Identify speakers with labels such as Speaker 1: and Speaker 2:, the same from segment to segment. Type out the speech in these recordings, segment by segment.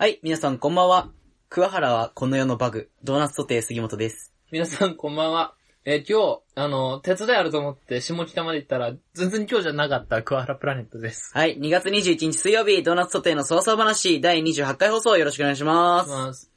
Speaker 1: はい、皆さんこんばんは。桑原はこの世のバグ、ドーナツソテー杉本です。
Speaker 2: 皆さん、こんばんは。えー今日、あの、手伝いあると思って、下北まで行ったら、全然今日じゃなかった、クワハラプラネットです。
Speaker 1: はい、2月21日水曜日、ドーナツソテーの操作話第28回放送よろしくお願いしま
Speaker 2: い
Speaker 1: す。
Speaker 2: ます。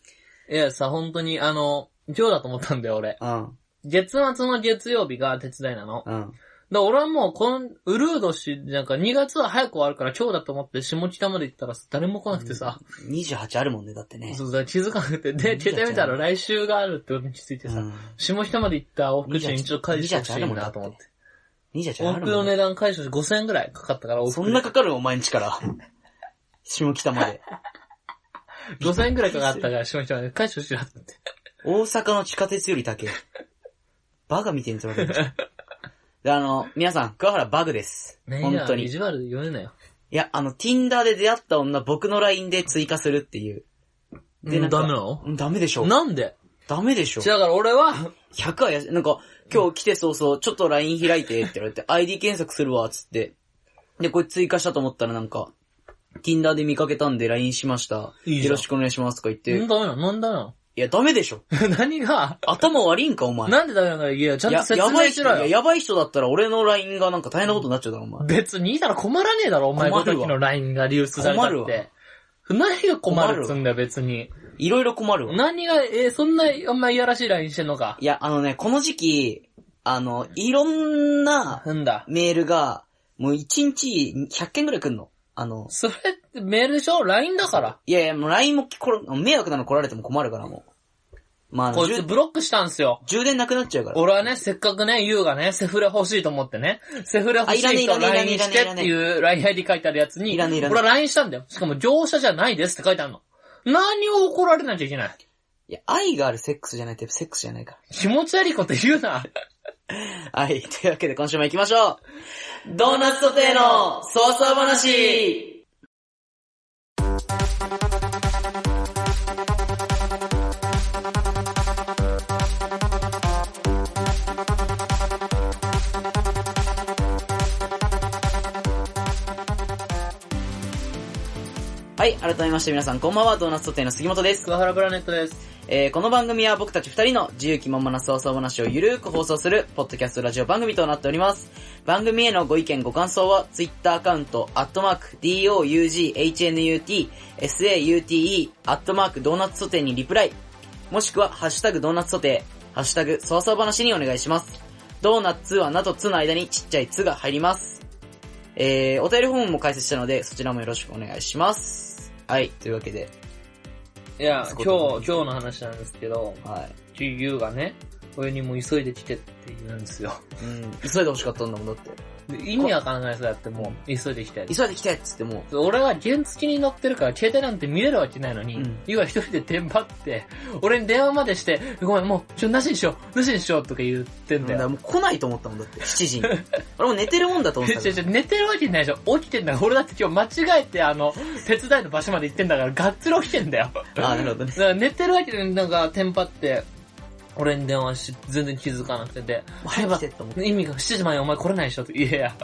Speaker 2: いや、さ、本当に、あの、今日だと思ったんだよ、俺。
Speaker 1: うん、
Speaker 2: 月末の月曜日が手伝いなの。だか
Speaker 1: うん。
Speaker 2: ら俺はもう、この、うるう年、なんか2月は早く終わるから今日だと思って、下北まで行ったらさ、誰も来なくてさ、
Speaker 1: 28あるもんね、だってね。
Speaker 2: そうだ、気づかなくて、で、携帯見たら来週があるってことに気づいてさ、
Speaker 1: うん
Speaker 2: 下北まで行った往復賃一応返してほしいなと思って。
Speaker 1: 28
Speaker 2: 往
Speaker 1: ある
Speaker 2: 復
Speaker 1: も
Speaker 2: の
Speaker 1: んね。
Speaker 2: 値段回収して5000円ぐらいかかったから、往復
Speaker 1: そんなかかるお前んちから。下北まで。
Speaker 2: 5000円くらいかかったから、しました。回収しろって。
Speaker 1: 大阪の地下鉄より高い。バカ見てんぞ、俺たちで、あの、皆さん、桑原バグです。本当に。
Speaker 2: 意
Speaker 1: い
Speaker 2: 地悪言うなよ。
Speaker 1: や、あの、Tinder で出会った女、僕の LINE で追加するっていう。で、
Speaker 2: うん
Speaker 1: なんか
Speaker 2: ダメなの
Speaker 1: うんダメでしょ。
Speaker 2: なんで
Speaker 1: ダメでしょ
Speaker 2: 違う。から俺は、
Speaker 1: 100はやし、なんか、今日来て早々、ちょっと LINE 開いてって言われて、ID 検索するわ、つって。で、これ追加したと思ったらなんか、Tinder で見かけたんで LINE しました。
Speaker 2: いいじゃん
Speaker 1: よろしくお願いしますとか言って。
Speaker 2: うんダメなのなんだな
Speaker 1: いや、ダメでしょ。
Speaker 2: 何が、
Speaker 1: 頭悪いんか、お前。
Speaker 2: なんでダメなのか言えよ。ちゃん
Speaker 1: や
Speaker 2: と説
Speaker 1: やば
Speaker 2: 明
Speaker 1: い
Speaker 2: し
Speaker 1: 人
Speaker 2: ろ
Speaker 1: いや
Speaker 2: よ。
Speaker 1: やばい人だったら俺の LINE がなんか大変なことになっちゃうだろ、お前。
Speaker 2: 別にいいだろ、困らねえだろ、お前ごとき
Speaker 1: 困るわ
Speaker 2: の LINE が流出された
Speaker 1: 困
Speaker 2: っ
Speaker 1: るわ
Speaker 2: て。何が困るっつうんだよ、別に。
Speaker 1: いろいろ困るわ。
Speaker 2: 何が、えーそんな、あんまいやらしい LINE してんのか。
Speaker 1: いや、あのね、この時期、あの、いろんな
Speaker 2: なんだ。
Speaker 1: メールが、もう1日100件ぐらい来んの。あの、
Speaker 2: それってメールでしょ ?LINE だから。
Speaker 1: いやいや、もう LINE もこれ迷惑なの来られても困るから、もう。まああ
Speaker 2: こ
Speaker 1: の、
Speaker 2: いつ
Speaker 1: 充
Speaker 2: ブロックしたんすよ。
Speaker 1: 充電なくなっちゃうから。
Speaker 2: 俺はね、せっかくね、ユウがね、セフレ欲しいと思ってね、セフレ欲し
Speaker 1: あいらねえ
Speaker 2: い
Speaker 1: いら
Speaker 2: と
Speaker 1: ねえ
Speaker 2: LINE して
Speaker 1: いら
Speaker 2: っ
Speaker 1: ねえ
Speaker 2: ていう LINE ID 書いてあるやつに、
Speaker 1: いらねえいらねえ
Speaker 2: 俺は LINE したんだよ。しかも乗車じゃないですって書いてあるの。何を怒られなきゃいけない。
Speaker 1: いや、愛があるセックスじゃないって、セックスじゃないか
Speaker 2: 気持ち悪いこと言うな。
Speaker 1: ら。はい、というわけで今週も行きましょうドーナツソテーの早々話はい、改めまして皆さん、こんばんは、ドーナツソテーの杉本です。
Speaker 2: 桑原プラネットです。
Speaker 1: えーこの番組は僕たち二人の自由気ままな想像話をゆるーく放送する、ポッドキャストラジオ番組となっております。番組へのご意見ご感想は、ツイッターアカウント、アットマーク、DOUGHNUT、SAUTE、アットマーク、ドーナツソテーにリプライ、もしくは、ハッシュタグドーナツソテー、ハッシュタグ、想像話にお願いします。ドーナツはなとつの間にちっちゃいつが入ります。えー、お便りフォームも解説したので、そちらもよろしくお願いします。はい、というわけで、
Speaker 2: いや、
Speaker 1: そういうこと
Speaker 2: 今日、今日の話なんですけど、
Speaker 1: はい。
Speaker 2: ユウがね、俺にもう急いで来てって言うんですよ。
Speaker 1: うん、急いで欲しかったんだもん、だって。
Speaker 2: で意味わかんないそうやってもう、急いで来て。
Speaker 1: 急いで来てっつっても
Speaker 2: 俺は原付きに乗ってるから携帯なんて見れるわけないのに、
Speaker 1: うん
Speaker 2: 今一人で電話って、俺に電話までして、ごめん、もう、ちょ、なしにしよう、なしにしようとか言って
Speaker 1: う、
Speaker 2: ん
Speaker 1: だ
Speaker 2: だ
Speaker 1: から
Speaker 2: よ。
Speaker 1: もう来ないと思ったもんだって、7時に。 俺も寝てるもんだと思ってたか
Speaker 2: ちょ
Speaker 1: ら。
Speaker 2: ちょ、寝てるわけないでしょ。起きてんだよ。俺だって今日間違えて、あの、手伝いの場所まで行ってんだから、がっつり起きてんだよ。
Speaker 1: ああ、なるほど ね
Speaker 2: だ。から寝てるわけで、なんか、テンパって、俺に電話して、全然気づかなくてで、
Speaker 1: 早く来てって思って。
Speaker 2: 意味が7時前にお前来れないでしょって、いやいや、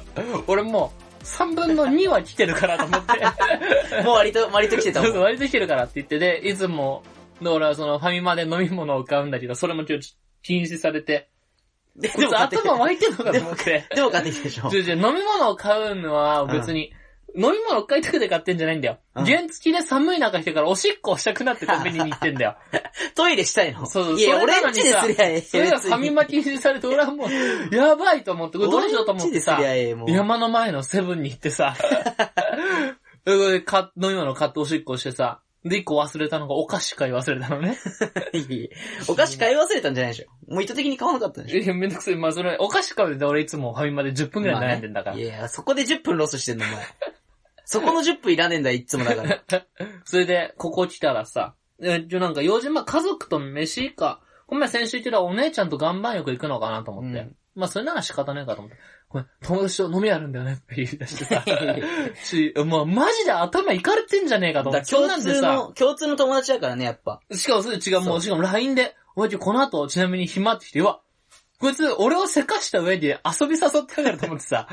Speaker 2: 俺もう、3分の2は来てるからと思って。
Speaker 1: もう割と、割と来てたも。
Speaker 2: そうんそう割と来てるからって言って、で、いつも、の俺はそのファミマで飲み物を買うんだけど、それも今日禁止されて、
Speaker 1: で
Speaker 2: こいつ
Speaker 1: 買ってき
Speaker 2: 頭湧いてんのかと思って。
Speaker 1: て。でも買ってきたでし ょ
Speaker 2: ち。ょちょ飲み物を買うのは別に、飲み物を買いたくて買ってんじゃないんだよ。
Speaker 1: うん
Speaker 2: 原付きで寒い中来てからおしっこしたくなってコンビニに行ってん だよ。
Speaker 1: トイレしたいの。
Speaker 2: そうそう
Speaker 1: いや、
Speaker 2: それ
Speaker 1: 俺
Speaker 2: なの
Speaker 1: ん
Speaker 2: に
Speaker 1: ちですりゃええ。
Speaker 2: それが
Speaker 1: 別
Speaker 2: フ
Speaker 1: に
Speaker 2: ァミマ禁止されて、俺はもう、やばいと思って、これどうしようと思ってさ
Speaker 1: 俺んちですり、ゃええ、もう。
Speaker 2: 山の前のセブンに行って さ、それでか飲み物買っておしっこしてさ、で、一個忘れたのがお菓子買い忘れたのね。
Speaker 1: いい お菓子買い忘れたんじゃないでしょ。もう意図的に買わなかったんでしょ。
Speaker 2: いや、めんどくさい。まあ、それ、お菓子買うで俺いつもファミマで10分くらい悩んでんだから。
Speaker 1: まあねいや、そこで10分ロスしてんの、お 前。そこの10分いらねえんだよ、いつもだから。
Speaker 2: それで、ここ来たらさ、え、ちょ、なんか、用事、まあ、家族と飯か、この前先週言ってたお姉ちゃんと岩盤浴行くのかなと思って。
Speaker 1: うん。
Speaker 2: まあ、それなら仕方ないかと思って。ごめん、友達と飲みあるんだよねって言い出してさ し、もうマジで頭いかれてんじゃねえかと
Speaker 1: だ
Speaker 2: 思
Speaker 1: か
Speaker 2: っ
Speaker 1: ら
Speaker 2: て。
Speaker 1: 共
Speaker 2: そんなん
Speaker 1: 通
Speaker 2: でさ、
Speaker 1: の、共通の友達だからね、やっぱ。
Speaker 2: しかもそれ違う、もう、しかも LINE で、お前今日この後、ちなみに暇って来て、うわ、こいつ、俺をせかした上で遊び誘ってくると思って さ、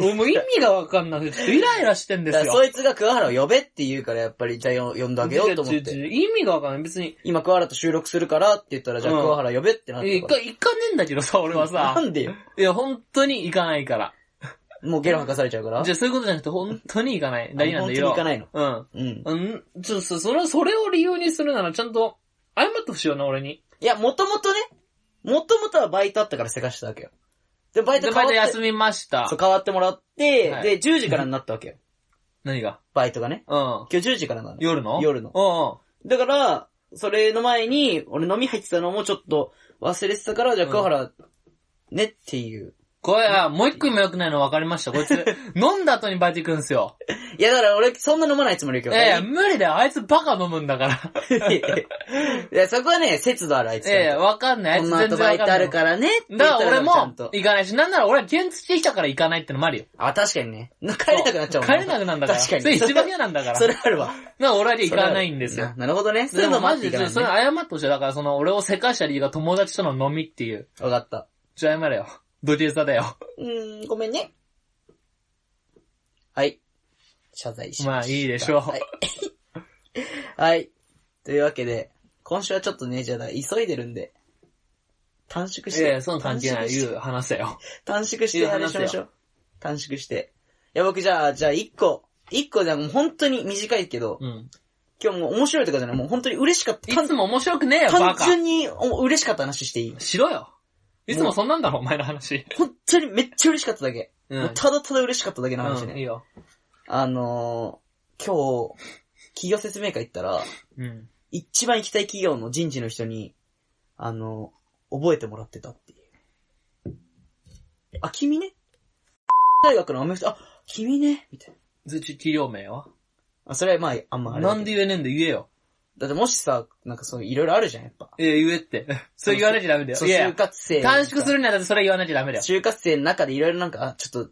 Speaker 2: もう意味がわかんなくて、ちょっとイライラしてんで
Speaker 1: だ
Speaker 2: す
Speaker 1: から
Speaker 2: よ
Speaker 1: そ。いつが桑原を呼べって言うから、やっぱり、じゃあよ呼んであげようと思っ
Speaker 2: 違う違
Speaker 1: て。
Speaker 2: う違う意味がわかんない。別に、
Speaker 1: 今桑原と収録するからって言ったら、じゃあ
Speaker 2: うん
Speaker 1: 桑原呼べってなって
Speaker 2: 行
Speaker 1: る
Speaker 2: か、行かねえんだけどさ、俺は
Speaker 1: な
Speaker 2: さ。
Speaker 1: んでよ。
Speaker 2: いや、本当に行かないから。
Speaker 1: もうゲロ吐かされちゃうから。
Speaker 2: じゃあそういうことじゃなくて、本当に行かない。大事なんだけ
Speaker 1: あ
Speaker 2: ど。
Speaker 1: 本当に行
Speaker 2: うん。
Speaker 1: うん。
Speaker 2: うん、ちょっとそそれ、それを理由にするならちゃんと、謝ってほしいよな、俺に。
Speaker 1: いや、もともとね、もともとはバイトあったからせかしたわけよ。で、バイト
Speaker 2: で、
Speaker 1: 変わ
Speaker 2: バイ
Speaker 1: っ
Speaker 2: ト
Speaker 1: て、
Speaker 2: 休みました
Speaker 1: そう。変わってもらって、
Speaker 2: はい
Speaker 1: で、10時からになったわけよ。
Speaker 2: 何が
Speaker 1: バイトがね。
Speaker 2: うん。
Speaker 1: 今日10時からなの。
Speaker 2: 夜の
Speaker 1: 夜の
Speaker 2: う
Speaker 1: だから、それの前に、俺飲み入ってたのもちょっと忘れてたから、じゃあ桑原、ねっていう。
Speaker 2: んうん。これ、あ、もう一個今良くないの分かりました。こいつ、飲んだ後にバイト行くんすよ。
Speaker 1: いや、だから俺、そんな飲まないつもりよ、今日。
Speaker 2: ええ無理だよ。あいつバカ飲むんだから。
Speaker 1: いや、そこはね、節度ある、あいつ。
Speaker 2: ええわかんない。あい
Speaker 1: こ
Speaker 2: つ
Speaker 1: の
Speaker 2: 全
Speaker 1: 後
Speaker 2: 然
Speaker 1: バ
Speaker 2: わ
Speaker 1: イ
Speaker 2: かん
Speaker 1: ト
Speaker 2: な
Speaker 1: あ
Speaker 2: い。
Speaker 1: る
Speaker 2: だか
Speaker 1: からね、って言っ
Speaker 2: ら
Speaker 1: たら
Speaker 2: 俺
Speaker 1: ちゃん
Speaker 2: も
Speaker 1: と
Speaker 2: 行かないし、なんなら俺は原付きしたから行かないってのもあるよ。
Speaker 1: あ、確かにね。帰れなくなっちゃうもん
Speaker 2: 帰れなくなんだから。
Speaker 1: 確かに。
Speaker 2: それ一番嫌なんだから。
Speaker 1: それあるわ。
Speaker 2: なんか俺は行かないんですよ。
Speaker 1: ななるほどね。そうい
Speaker 2: で
Speaker 1: うの
Speaker 2: も
Speaker 1: もあ
Speaker 2: マ
Speaker 1: って
Speaker 2: ジ
Speaker 1: いか
Speaker 2: で、
Speaker 1: ない
Speaker 2: そ
Speaker 1: ね。
Speaker 2: れ
Speaker 1: わ
Speaker 2: 謝ってほしい。だからその、俺をせかした理由が友達との飲みっていう。
Speaker 1: かった。
Speaker 2: じゃあ謝れよ。ドデューサだよ。
Speaker 1: うーん、ごめんね。はい。謝罪し
Speaker 2: ま
Speaker 1: ま
Speaker 2: あ
Speaker 1: した。
Speaker 2: いいでしょう
Speaker 1: はい。 はい。というわけで、今週はちょっとね、じゃあ、急いでるんで、短縮し
Speaker 2: い
Speaker 1: て。
Speaker 2: やいや、その関係ない。
Speaker 1: 短縮し
Speaker 2: 言う、話せよ。
Speaker 1: 短縮し
Speaker 2: い
Speaker 1: て
Speaker 2: や
Speaker 1: 話しましょう。短縮して。いや、僕じゃあ、じゃあ一個。一個じゃあもう本当に短いけど、
Speaker 2: うん。
Speaker 1: 今日もう面白いとかじゃない、もう本当に嬉しかっ
Speaker 2: い
Speaker 1: た。
Speaker 2: つも面白くねえよ、バ
Speaker 1: 単
Speaker 2: カ。
Speaker 1: 純にお嬉しかった話していい
Speaker 2: しろよ。いつもそんなんだろ、お前の話。
Speaker 1: 本当にめっちゃ嬉しかっただけ。
Speaker 2: うん
Speaker 1: もうただただ嬉しかっただけの話ね。
Speaker 2: うん、いいよ。
Speaker 1: あのー、今日、企業説明会行ったら、
Speaker 2: うん。
Speaker 1: 一番行きたい企業の人事の人に、あのー、覚えてもらってたっていう。あ、君ね大学のアメフト、あ、君ねみたいな。
Speaker 2: ずち、企業名は
Speaker 1: あ、それはまあ、あんまあれだ
Speaker 2: な
Speaker 1: け
Speaker 2: ん
Speaker 1: ど
Speaker 2: で言えねえんだよ、言えよ。
Speaker 1: だってもしさ、なんかその、いろいろあるじゃん、やっぱ。
Speaker 2: え、言え って。そう言わなきゃダメだよ。
Speaker 1: そう
Speaker 2: いや
Speaker 1: 就、活生。
Speaker 2: 短縮するにはだってそれ言わなきゃダメだよ。
Speaker 1: 就活生の中でいろいろなんか、あ、ちょっと、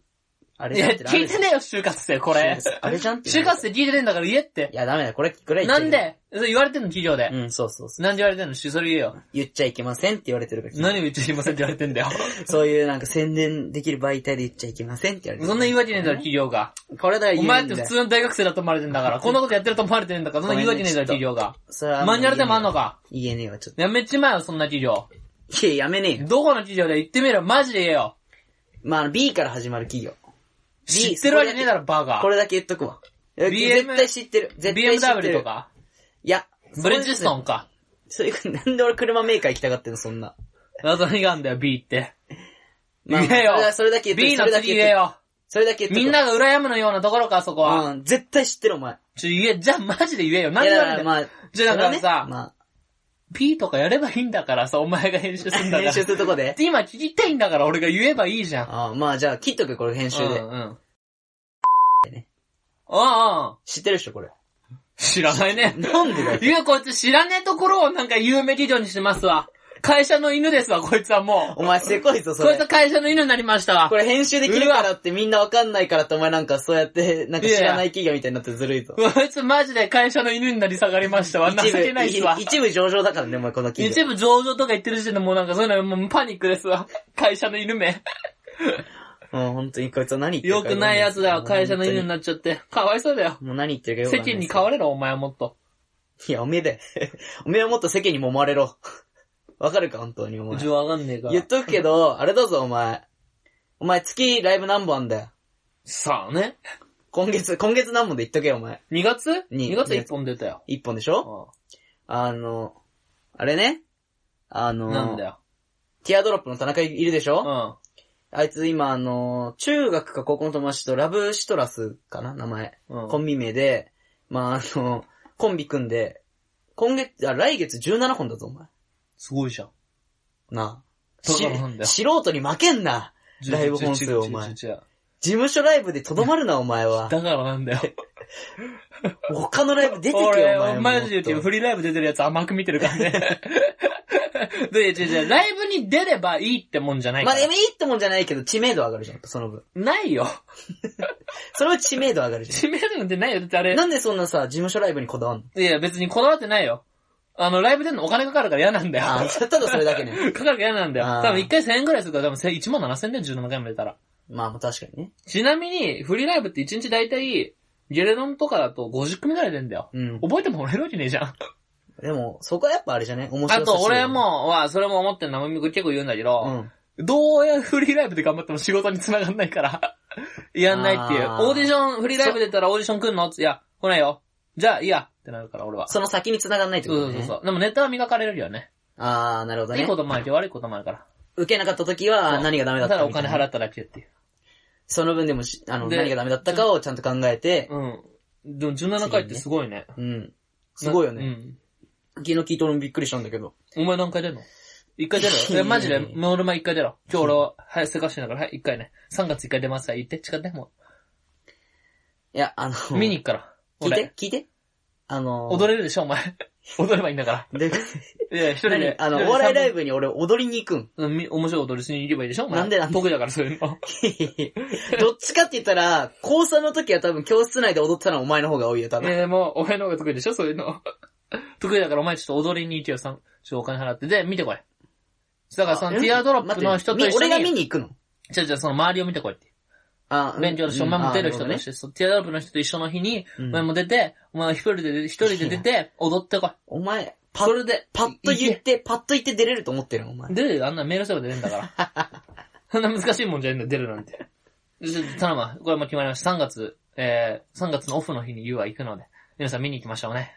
Speaker 1: あれ
Speaker 2: いや、
Speaker 1: だってな
Speaker 2: 聞
Speaker 1: る
Speaker 2: い
Speaker 1: じゃ
Speaker 2: て
Speaker 1: ん
Speaker 2: ねえよ、就活生、これ。
Speaker 1: あれじゃんってなる
Speaker 2: 就活生聞いてねえんだから言えって
Speaker 1: い。や、ダメだ、これ、これは言っ
Speaker 2: な
Speaker 1: ちゃい
Speaker 2: ん
Speaker 1: けい
Speaker 2: でそう言われてんの、企業で。
Speaker 1: うん、そうそうそう。
Speaker 2: なんで言われてんの、しそれ言えよ。
Speaker 1: 言っちゃいけませんって言われてるから。
Speaker 2: 何を言っちゃいけませんって言われて んだよ。
Speaker 1: そういうなんか宣伝できる媒体で言っちゃいけませんって言われてる。
Speaker 2: そんな言うわけねえだろ、企業が。
Speaker 1: これだよ、
Speaker 2: お前だって普通の大学生だと思われてんだから、こんなことやってると思われてんだから、そんな言うわけねえだろ、企業が。
Speaker 1: それは
Speaker 2: マニュアルでもあんのか。
Speaker 1: 言えねえわ、ちょっ
Speaker 2: やめちまえよ、そんな企業。
Speaker 1: と。いや、やめねえよ。
Speaker 2: どこの企業で言ってみろ、マジで言えよ。
Speaker 1: まああの、B から始まる企業。
Speaker 2: 知ってるわけねえだろ、バ
Speaker 1: こ
Speaker 2: カ。
Speaker 1: れだけ言っとくわ。いや
Speaker 2: BM
Speaker 1: 絶対知ってる。絶対知ってる。
Speaker 2: BMW と。か、
Speaker 1: いや、
Speaker 2: ブレジストンか。
Speaker 1: そういうこと、なんで俺車メーカー行きたがってんの、そんな。
Speaker 2: 謎にがあんだよ、B って。
Speaker 1: まあ
Speaker 2: 言えよ
Speaker 1: それはそれだけ言っと
Speaker 2: B の
Speaker 1: それだけ
Speaker 2: 次
Speaker 1: 言
Speaker 2: 言
Speaker 1: っ
Speaker 2: え
Speaker 1: と
Speaker 2: よ。
Speaker 1: それだけ言っと
Speaker 2: みんなが羨むのようなところか、そこは。
Speaker 1: は。うん、絶対知ってる、お前。
Speaker 2: ちょ、言え、じゃあマジで言えよ。なん
Speaker 1: い
Speaker 2: で
Speaker 1: や
Speaker 2: 言
Speaker 1: だ
Speaker 2: われ
Speaker 1: から
Speaker 2: てんの
Speaker 1: まあ、
Speaker 2: じゃあだからさ
Speaker 1: それはねま
Speaker 2: ?P とかやればいいんだからさ、お前が編集するん
Speaker 1: あ、
Speaker 2: だから。
Speaker 1: 編集するとこ で。
Speaker 2: 今聞きたいんだから俺が言えばいいじゃん。
Speaker 1: ああまあじゃあ、切っとくよ、これ編集で。
Speaker 2: うんうん。ああ、
Speaker 1: 知ってるでしょ、これ。
Speaker 2: 知らないね。
Speaker 1: なんでだよ。
Speaker 2: ゆうこいつ知らねえところをなんか有名企業にしてますわ。会社の犬ですわ、こいつはも
Speaker 1: お前、せこいぞ、
Speaker 2: う。
Speaker 1: そ
Speaker 2: こい
Speaker 1: れ
Speaker 2: つ。は会社の犬になりましたわ
Speaker 1: こ。れ編集できるからってみんなわかんないからってお前なんかそうやって、なんか知らない企業みたいになってずるいぞ。
Speaker 2: こいつマジで会社の犬になり下がりましたわ。情
Speaker 1: 一部、
Speaker 2: けないっすわ
Speaker 1: い。一部上場だからね、お前この企業。
Speaker 2: 一部上場とか言ってる時点でもうなんかそういうのもうパニックですわ。会社の犬め。
Speaker 1: もう本当にこいつは何言ってる
Speaker 2: よ
Speaker 1: か
Speaker 2: くないやつだわ、会社の犬に
Speaker 1: な
Speaker 2: なっちゃって。かわいそうだよ。
Speaker 1: もう何言ってるかよく
Speaker 2: 世
Speaker 1: わかんない
Speaker 2: 間に変われろ、お前はもっと。
Speaker 1: いや、おめえだよ。 おめえはもっと世間に揉まれろ。わかるか、本当にお前
Speaker 2: うち。はわかんねえか
Speaker 1: 言っ
Speaker 2: ら。
Speaker 1: とくけど、あれだぞ、お前。お前、月ライブ何本あんだよ。
Speaker 2: さあね。
Speaker 1: 今月、今月何本で言っとけよ、お前。
Speaker 2: 2月
Speaker 1: に
Speaker 2: ?2 月1本出たよ。
Speaker 1: 一本でしょあの、あれね。あの、
Speaker 2: なんだよ。
Speaker 1: ティアドロップの田中いるでしょ
Speaker 2: うん。
Speaker 1: あいつ今あの、中学か高校の友達とラブシトラスかな名前。
Speaker 2: うん
Speaker 1: コンビ名で、まああの、コンビ組んで、今月、あ、来月17本だぞ、お前。
Speaker 2: すごいじゃん。
Speaker 1: なあ。
Speaker 2: だ
Speaker 1: し
Speaker 2: からなんだよ
Speaker 1: 素人に負けんなライブ本数お前
Speaker 2: 違う違う違う違う
Speaker 1: 事務所ライブでとどまるな、お前は。
Speaker 2: だからなんだよ。
Speaker 1: 他のライブ出てけよ、お前
Speaker 2: 俺、
Speaker 1: も。
Speaker 2: マジで言うけど、
Speaker 1: もっと
Speaker 2: フリーライブ出てるやつ甘く見てるか らね。で、違う違う、ライブに出ればいいってもんじゃない
Speaker 1: ま
Speaker 2: か
Speaker 1: あ
Speaker 2: ら。
Speaker 1: でもいいってもんじゃないけど、知名度上がるじゃん、やっぱその分。
Speaker 2: ないよ。
Speaker 1: それは知名度上がるじ
Speaker 2: 知名度なんてないよ。だってあ
Speaker 1: ゃん。
Speaker 2: れ、
Speaker 1: なんでそんなさ、事務所ライブにこだわんの
Speaker 2: いや別にこだわってないよ。あの、ライブ出るのお金かかるから嫌なんだよ。
Speaker 1: あー、ただそれだけね。
Speaker 2: かかるから嫌なんだよ。
Speaker 1: あー
Speaker 2: 多分1回1000円くらいするから、多分1万7000円だよ、17回も出たら。
Speaker 1: まあ、確かにね。
Speaker 2: ちなみに、フリーライブって1日だいたい、ゲレノンとかだと50組くらい出んだよ。
Speaker 1: うん。
Speaker 2: 覚えてもらえるわけねえじゃん。
Speaker 1: でも、そこはやっぱあれじゃね面白
Speaker 2: あ
Speaker 1: さ
Speaker 2: と、
Speaker 1: 次第
Speaker 2: 俺、も、は、それも思ってるの、み結構言うんだけど、
Speaker 1: うん。
Speaker 2: どうやフリーライブで頑張っても仕事に繋がんないから、 やんないっていう。
Speaker 1: あー
Speaker 2: オーディション、フリーライブ出たらオーディション来んのっていや、来ないよ。じゃあ、いいや。ってなるから、俺は。
Speaker 1: その先に繋がんないって
Speaker 2: そ
Speaker 1: こ
Speaker 2: う
Speaker 1: と
Speaker 2: そう
Speaker 1: ね。
Speaker 2: そうそう。でもネタは磨かれるよね。
Speaker 1: あー、なるほど
Speaker 2: いい
Speaker 1: ね
Speaker 2: こ。ともあるけど悪いこともあるから。
Speaker 1: 受けなかった時
Speaker 2: そ
Speaker 1: は
Speaker 2: う
Speaker 1: 何がダメだった
Speaker 2: ただ
Speaker 1: か
Speaker 2: お
Speaker 1: みたい
Speaker 2: 金
Speaker 1: な
Speaker 2: 払っただけっていう。
Speaker 1: その分でもし、あの、
Speaker 2: で
Speaker 1: 何がダメだったかをちゃんと考えて、
Speaker 2: うん。でも17回ってすごいね。
Speaker 1: うん。すごいよね。
Speaker 2: うん。
Speaker 1: 昨日聞いとるのびっくりしたんだけど。
Speaker 2: お前何回出るの一回出ろよ。 いや、マジで、もう俺前一回出ろ。今日俺は、はい、せかしてんだから、はい、一回ね。3月一回出ますから、言って、誓って、も
Speaker 1: いや、あの、
Speaker 2: う。見に行くから。
Speaker 1: 聞いて
Speaker 2: 俺。
Speaker 1: 聞いてあの、
Speaker 2: 踊れるでしょ、お前。 踊ればいいんだか
Speaker 1: で、
Speaker 2: ら。いや、一人
Speaker 1: 何
Speaker 2: で。
Speaker 1: あの、
Speaker 2: 一人
Speaker 1: お
Speaker 2: で
Speaker 1: 笑いライブに俺踊りに行くん。
Speaker 2: うん、み面白い踊りしに行けばいいでしょお前
Speaker 1: なんでなんで
Speaker 2: 得意だからそういう の。
Speaker 1: どっちかって言ったら、高3の時は多分教室内で踊ってたのはお前の方が多いよ、多分。
Speaker 2: えー、もう、お前の方が得意でしょそういうの。 得意だからお前ちょっと踊りに行けよ、さん。ちょっとお金払って。で、見てこい。だからその、
Speaker 1: え
Speaker 2: ティアドロップの人と一緒に。
Speaker 1: 待ってみ俺が見に行くの
Speaker 2: じゃじゃその周りを見てこいって。
Speaker 1: あ
Speaker 2: 勉強の人、お前も出る人と
Speaker 1: ね
Speaker 2: 一。緒にそうティアドロップの人と一緒の日に、
Speaker 1: うん
Speaker 2: お前も出て、お前一人で、一人で出て、踊ってこい。
Speaker 1: お前、パ
Speaker 2: それで、
Speaker 1: パッと言って、パッと言って出れると思ってるの、お前。
Speaker 2: 出るよ、あんなメールすれば出れんだから。 そんな難しいもんじゃねえんだよ、出るなんて。ちょっと頼むわ。これもう決まりました。3月、えー、3月のオフの日に U は行くので、皆さん見に行きましょうね。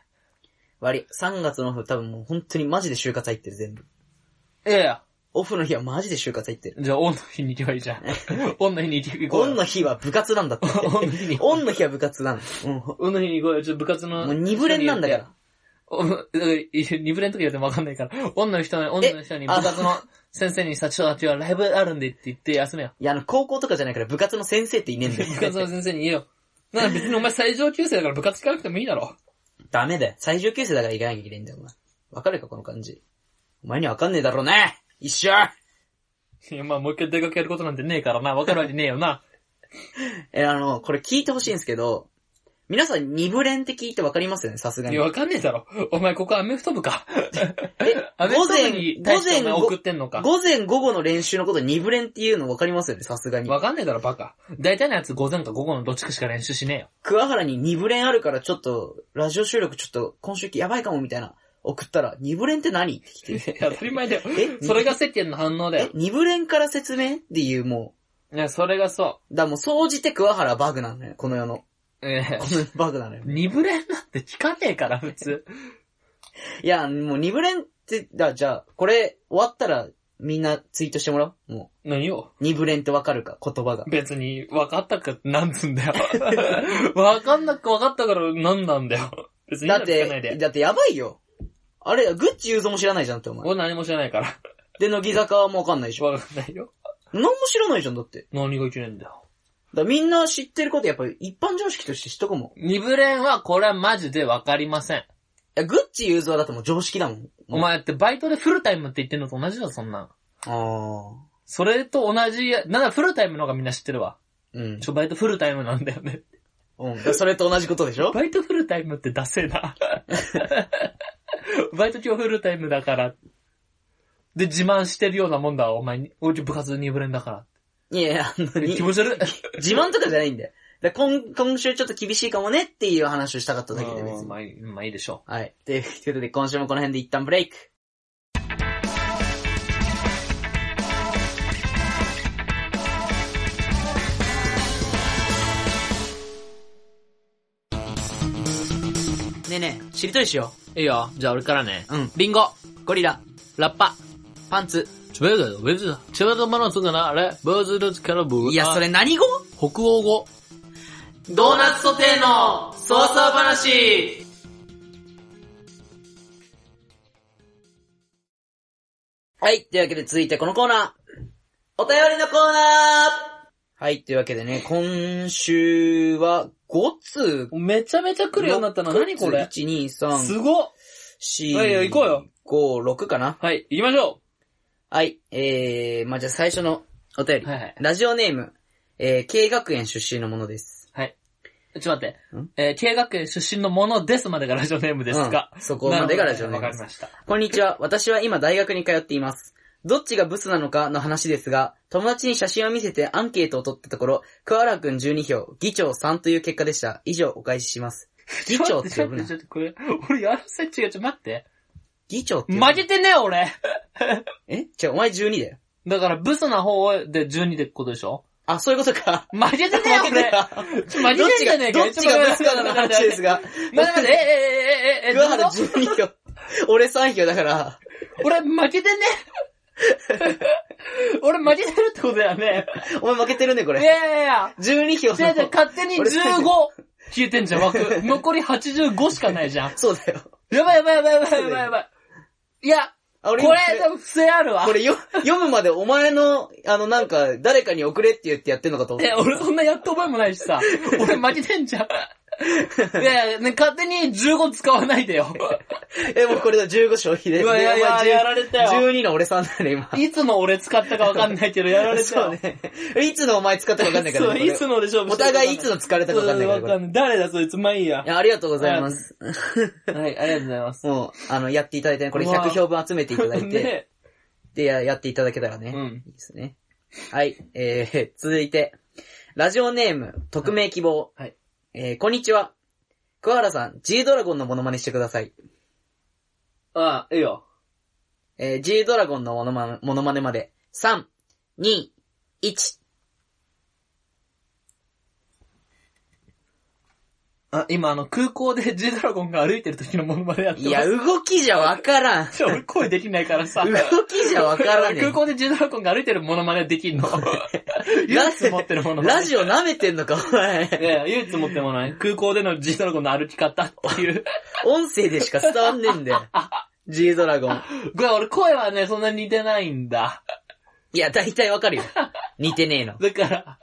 Speaker 1: 割り、3月のオフ多分もう本当にマジで就活入ってる、全部。
Speaker 2: いやいや、
Speaker 1: オフの日はマジで就活入ってる。
Speaker 2: じゃあオンの日に行けばいいじゃん。 オンの日に行け行こう
Speaker 1: オ
Speaker 2: よ。
Speaker 1: ンの日は部活なんだって。
Speaker 2: オンの日に。
Speaker 1: オンの日は部活なんだ。うん。も
Speaker 2: オンの日に行こうよ。ちょっと部活の。
Speaker 1: う二ブレンなんだから。
Speaker 2: お。だから、い二ブレンとか言われてもわかんないから。オンの人に、オンの人に部活の先生にさ、ちょっと今日はライブあるんでって言って休めよ。
Speaker 1: いや、あの、高校とかじゃないから部活の先生って いねえ んだ
Speaker 2: 部活
Speaker 1: よ。
Speaker 2: の先生に言えよ。なんか別にお前最上級生だから部活行かなくてもいいだろ。
Speaker 1: ダメだよ。最上級生だから行かなきゃいけないんだよ、お前。わかるか、この感じ。お前にはわかんねえだろうね一緒
Speaker 2: いや、まあもう一回大学やることなんてねえからな、わかるわけねえよな。
Speaker 1: え、あの、これ聞いてほしいんですけど、皆さん二ブレンって聞いてわかりますよね、さすが
Speaker 2: い
Speaker 1: に
Speaker 2: や、。わかんねえだろ。お前ここアメフト部か。
Speaker 1: え
Speaker 2: アメフト部に対し
Speaker 1: 午
Speaker 2: てお前
Speaker 1: 前
Speaker 2: 送ってんのか。
Speaker 1: 午前午後の練習のこと二ブレンっていうの分かりますよね、さすがに。
Speaker 2: わかんねえだろ、バカ。大体のやつ午前か午後のどっちかしか練習しねえよ。
Speaker 1: 桑原に二ブレンあるからちょっと、ラジオ収録ちょっと今週やばいかもみたいな、送ったら、二ブレンって何って来て。
Speaker 2: いや当たり前だよ。
Speaker 1: え
Speaker 2: それが世間の反応だ
Speaker 1: え
Speaker 2: よ、。
Speaker 1: 二ブレンから説明っていうも、
Speaker 2: いや、それがそう
Speaker 1: だからもう総じて桑原はバグなのよ、この世の。
Speaker 2: う。ええ
Speaker 1: この世のバグなのよ。
Speaker 2: 二ブレンなんて聞かねえから、普通。
Speaker 1: いや、もう二ブレンって、だじゃあ、これ終わったらみんなツイートしてもらおう。も
Speaker 2: 何を
Speaker 1: う、二ブレンってわかるか、言葉が。
Speaker 2: 別に、分かったか、なんつ うんだよ。分かんなく分かったから、なんなんだよ。別に
Speaker 1: だ
Speaker 2: 今
Speaker 1: っ
Speaker 2: 聞かない
Speaker 1: て、
Speaker 2: で。
Speaker 1: だってやばいよ。あれ、グッチ雄三も知らないじゃんってお前。
Speaker 2: 俺何も知らないから。
Speaker 1: で、乃木坂はもうわかんないでしょ。
Speaker 2: 分かんないよ。
Speaker 1: 何も知らないじゃん、だって。
Speaker 2: 何がいけないんだよ。
Speaker 1: だからみんな知ってることやっぱり一般常識として知っとこうもん。い
Speaker 2: 二ブレンはこれはマジでわかりません。
Speaker 1: や、グッチ雄三だってもう常識だもん。
Speaker 2: お前だってバイトでフルタイムって言ってんのと同じだぞ、そんなん。
Speaker 1: あ
Speaker 2: それと同じ、なんだフルタイムの方がみんな知ってるわ。
Speaker 1: ー。うん。
Speaker 2: ちょ、バイトフルタイムなんだよね。
Speaker 1: うん。だからそれと同じことでしょ
Speaker 2: バイトフルタイムってダセえな。バイト今日フルタイムだから。で、自慢してるようなもんだわ、お前に。俺部活にブレンだか
Speaker 1: いやいや、あの、
Speaker 2: ら。
Speaker 1: に
Speaker 2: 気持ち悪い。
Speaker 1: 自慢とかじゃないんだよ。だから今、今週ちょっと厳しいかもねっていう話をしたかっただけで別
Speaker 2: うん
Speaker 1: に。
Speaker 2: まあいい、まあいいでしょ
Speaker 1: はい。ということで、今週もこの辺で一旦ブレイク。ねえねえ、しりとりしよ
Speaker 2: う。いいよ。じゃあ俺からね。
Speaker 1: う。うん。
Speaker 2: リンゴ、
Speaker 1: ゴリラ、
Speaker 2: ラッパ、
Speaker 1: パンツ。
Speaker 2: ちょ、べだよ、べずだ。ちょ、べだ、まのつかな、あれ、ブーズルツキャラブー。
Speaker 1: いや、それ何語
Speaker 2: 北欧語。ドーナツソテーの
Speaker 1: ソース
Speaker 2: 話
Speaker 1: はい。というわけで、続いてこのコーナー。お便りのコーナーはい。というわけでね、今週は5通
Speaker 2: めちゃめちゃ来るようになったな。何これ
Speaker 1: ?1、2、
Speaker 2: す
Speaker 1: 3、
Speaker 2: ごっ
Speaker 1: 4、
Speaker 2: いやいや行こうよ。
Speaker 1: 5、6かな
Speaker 2: はい、行きましょ
Speaker 1: はい。えー、まあ、じゃあ最初のお便り。
Speaker 2: はいはい
Speaker 1: ラジオネーム、えー、経学園出身のものです。
Speaker 2: はい。ちょっと待って。えー、慶学園出身のものですまでがラジオネームですが。
Speaker 1: うんそこまでがラジオネーム
Speaker 2: なるほどわか
Speaker 1: で
Speaker 2: り
Speaker 1: す。
Speaker 2: ました。
Speaker 1: こんにちは。私は今大学に通っています。どっちがブスなのかの話ですが、友達に写真を見せてアンケートを取ったところ、桑原くん12票、議長3という結果でした。以上お返しします。議長って
Speaker 2: ちょ
Speaker 1: 呼ぶ
Speaker 2: っと待って、
Speaker 1: な
Speaker 2: ち。ょっとこれ、俺やるせ違う、ちょっと待って。
Speaker 1: 議長って呼ぶな
Speaker 2: 負けてねえ、俺
Speaker 1: え違う、お前12だよ。
Speaker 2: だから、ブスな方で12でことでしょ
Speaker 1: あ、そういうことか。
Speaker 2: 負けてねえ、俺ちょ負け
Speaker 1: どって
Speaker 2: ん
Speaker 1: ち
Speaker 2: じゃ
Speaker 1: が、
Speaker 2: ねえか
Speaker 1: どっちがブスかの話ですが。
Speaker 2: 待って待って、え、え、え、え、え、
Speaker 1: 桑原
Speaker 2: どうぞ
Speaker 1: 12票。俺3票だから。
Speaker 2: 俺負けてねえ俺負けてるってことだよね。
Speaker 1: お前負けてるね、こ
Speaker 2: いやい
Speaker 1: れ。
Speaker 2: やいや。
Speaker 1: 12票
Speaker 2: じゃあじゃあ
Speaker 1: の。
Speaker 2: 勝手に
Speaker 1: 俺
Speaker 2: 15消えてんじゃん、枠。残り85しかないじゃん。
Speaker 1: そうだよ。
Speaker 2: やばいやばいやばいやばいやばいやばい。いや、
Speaker 1: あ
Speaker 2: こ
Speaker 1: 俺
Speaker 2: れ
Speaker 1: 今、
Speaker 2: 不正あるわ。
Speaker 1: これよ、読むまでお前の、あの、なんか、誰かに送れって言ってやってんのかと思っ
Speaker 2: え、俺そんなやった覚えもないし さ。俺負けてんじゃん。いやいや、ね、勝手に15使わないでよ。
Speaker 1: た。え、もうこれだ、15消費で。
Speaker 2: うわ、い
Speaker 1: お
Speaker 2: やいや、
Speaker 1: 前10
Speaker 2: やられたよ。
Speaker 1: 12の俺さんだね、今。
Speaker 2: いつの俺使ったかわかんないけど、やられた
Speaker 1: そう
Speaker 2: よ。
Speaker 1: ね。いつのお前使ったか分かんないから
Speaker 2: そう、
Speaker 1: ね。これ
Speaker 2: いつので勝負
Speaker 1: お互いいつの疲れたか分かんないからこれ。
Speaker 2: わかんない。誰だそいつ、まあいいや。
Speaker 1: いや、ありがとうございます。
Speaker 2: はい、ありがとうございます。
Speaker 1: もう、あの、やっていただいてね、これ
Speaker 2: うわ
Speaker 1: 100票分集めていただいて、
Speaker 2: で、
Speaker 1: で、ややっていただけたらね。
Speaker 2: う
Speaker 1: い
Speaker 2: ん。
Speaker 1: いですね。はい、えー、続いて、ラジオネーム、匿名希望。
Speaker 2: はい。
Speaker 1: えー、こんにちは。桑原さん、G ドラゴンのモノマネしてください。
Speaker 2: ああ、いいよ。
Speaker 1: えー、G ドラゴンのモノマネモノマネまで、3、2、1。
Speaker 2: あ、今あの、空港で G ドラゴンが歩いてる時のものまでやってます。
Speaker 1: いや、動きじゃわからん。
Speaker 2: ち ょ、俺声できないからさ。
Speaker 1: 動きじゃわからね
Speaker 2: 空港でジェドラゴンが歩いてるモノマネでき んの。唯一持ってるもの
Speaker 1: え。ラジオ舐めてんのか、お
Speaker 2: い
Speaker 1: 前。
Speaker 2: やいや唯一持ってるものね。空港でのジェドラゴンの歩き方って いう。
Speaker 1: 音声でしか伝わんねえんだよ。G ドラゴン。
Speaker 2: これ俺声はね、そんな似てないんだ。
Speaker 1: いや、大体わかるよ。似てねえの。
Speaker 2: だから、